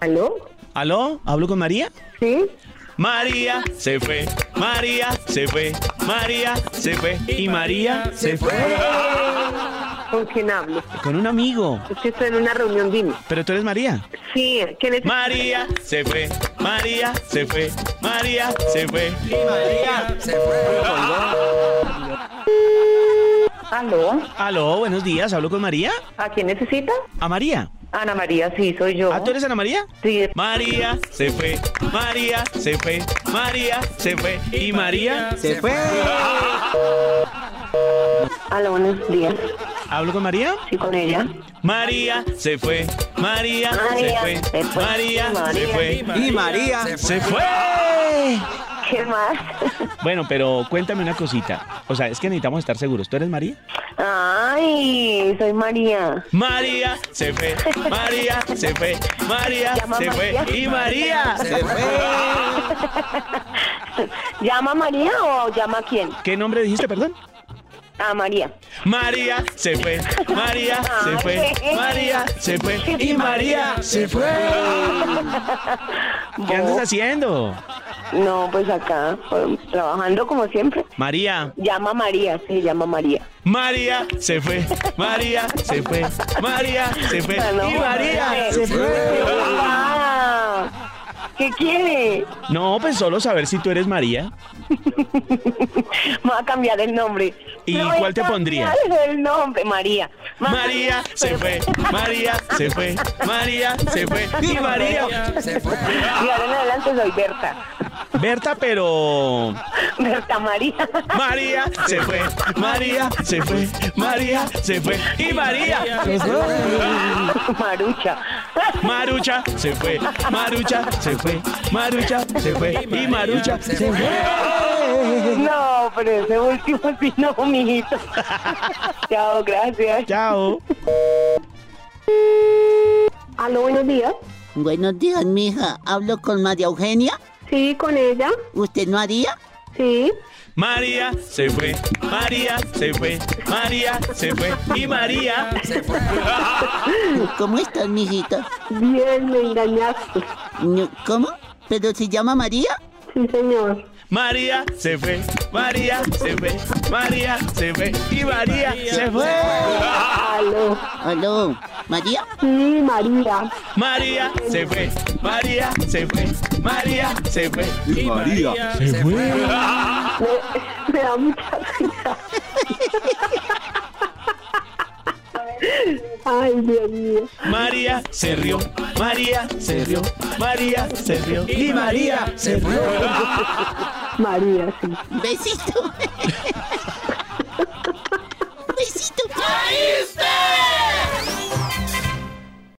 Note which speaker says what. Speaker 1: ¿Aló?
Speaker 2: ¿Aló? ¿Hablo con María?
Speaker 1: ¿Sí?
Speaker 2: María se fue, María se fue, María se fue y María se fue.
Speaker 1: ¿Con quién hablo?
Speaker 2: Con un amigo.
Speaker 1: Es que estoy en una reunión, dime.
Speaker 2: Pero tú eres María.
Speaker 1: Sí, ¿quién es?
Speaker 2: María se fue, María se fue, María se fue.
Speaker 1: ¿Aló?
Speaker 2: Aló, buenos días, hablo con María.
Speaker 1: ¿A quién necesita?
Speaker 2: ¿A María?
Speaker 1: Ana María, sí, soy yo.
Speaker 2: ¿Ah, tú eres Ana María?
Speaker 1: Sí,
Speaker 2: María se fue, María se fue, María se fue y María se fue.
Speaker 1: aló, buenos días.
Speaker 2: ¿Hablo con María?
Speaker 1: Sí, con ella.
Speaker 2: María se fue, María se
Speaker 1: María se
Speaker 2: fue,
Speaker 1: fue,
Speaker 2: María se
Speaker 1: María
Speaker 2: fue
Speaker 3: Y María.
Speaker 2: se fue.
Speaker 1: ¿Qué más?
Speaker 2: Bueno, pero cuéntame una cosita. O sea, es que necesitamos estar seguros. ¿Tú eres María?
Speaker 1: Ay, soy María.
Speaker 2: María se fue, María se fue, María
Speaker 1: Llama
Speaker 2: se fue
Speaker 1: María.
Speaker 2: y María.
Speaker 3: Se fue.
Speaker 1: ¿Llama a María o llama a quién?
Speaker 2: ¿Qué nombre dijiste, perdón?
Speaker 1: A María.
Speaker 2: María se fue, María se fue, María se fue y María se fue. ¿Qué andas haciendo?
Speaker 1: No, pues acá, pues, trabajando como siempre.
Speaker 2: María,
Speaker 1: Llama a María, se llama María.
Speaker 2: María se fue, María se fue, María se fue
Speaker 1: Ah, no,
Speaker 2: y María
Speaker 1: hombre.
Speaker 2: se fue.
Speaker 1: Ah, ¿Qué quiere?
Speaker 2: No, pues solo saber si tú eres María.
Speaker 1: Me va a cambiar el nombre.
Speaker 2: ¿Y
Speaker 1: Me voy a
Speaker 2: cuál te pondría?
Speaker 1: cambiar El nombre, María. Ma-
Speaker 2: María se fue, María se fue, María se fue y María.
Speaker 1: Y ahora en adelante soy Berta.
Speaker 2: Berta, pero
Speaker 1: Berta María.
Speaker 2: María se fue, María se fue, María se fue y María.
Speaker 1: Marucha.
Speaker 2: Marucha se fue, Marucha se fue, Marucha se fue y Marucha se fue.
Speaker 1: No, pero ese último sí no, mijito. Chao, gracias.
Speaker 2: Chao.
Speaker 1: Aló, buenos días.
Speaker 4: Buenos días, mija. ¿Hablo con María Eugenia?
Speaker 1: Sí, con ella.
Speaker 4: ¿Usted no haría?
Speaker 1: Sí.
Speaker 2: María se fue, María se fue, María se fue y María.
Speaker 4: ¿Cómo estás, mijita?
Speaker 1: Bien, me engañaste.
Speaker 4: No, ¿Cómo? ¿Pero se llama María?
Speaker 1: Sí, señor.
Speaker 2: María se fue, María se fue, María se fue y María se fue.
Speaker 1: Aló.
Speaker 4: Aló, María.
Speaker 1: Sí, María.
Speaker 2: María se fue, María se fue, María se fue.
Speaker 3: Y María.
Speaker 1: Me, me da mucha risa. Ay, Dios mío.
Speaker 2: María se rió, María se rió, María se rió y María se fue.
Speaker 1: María, sí.
Speaker 4: Besito.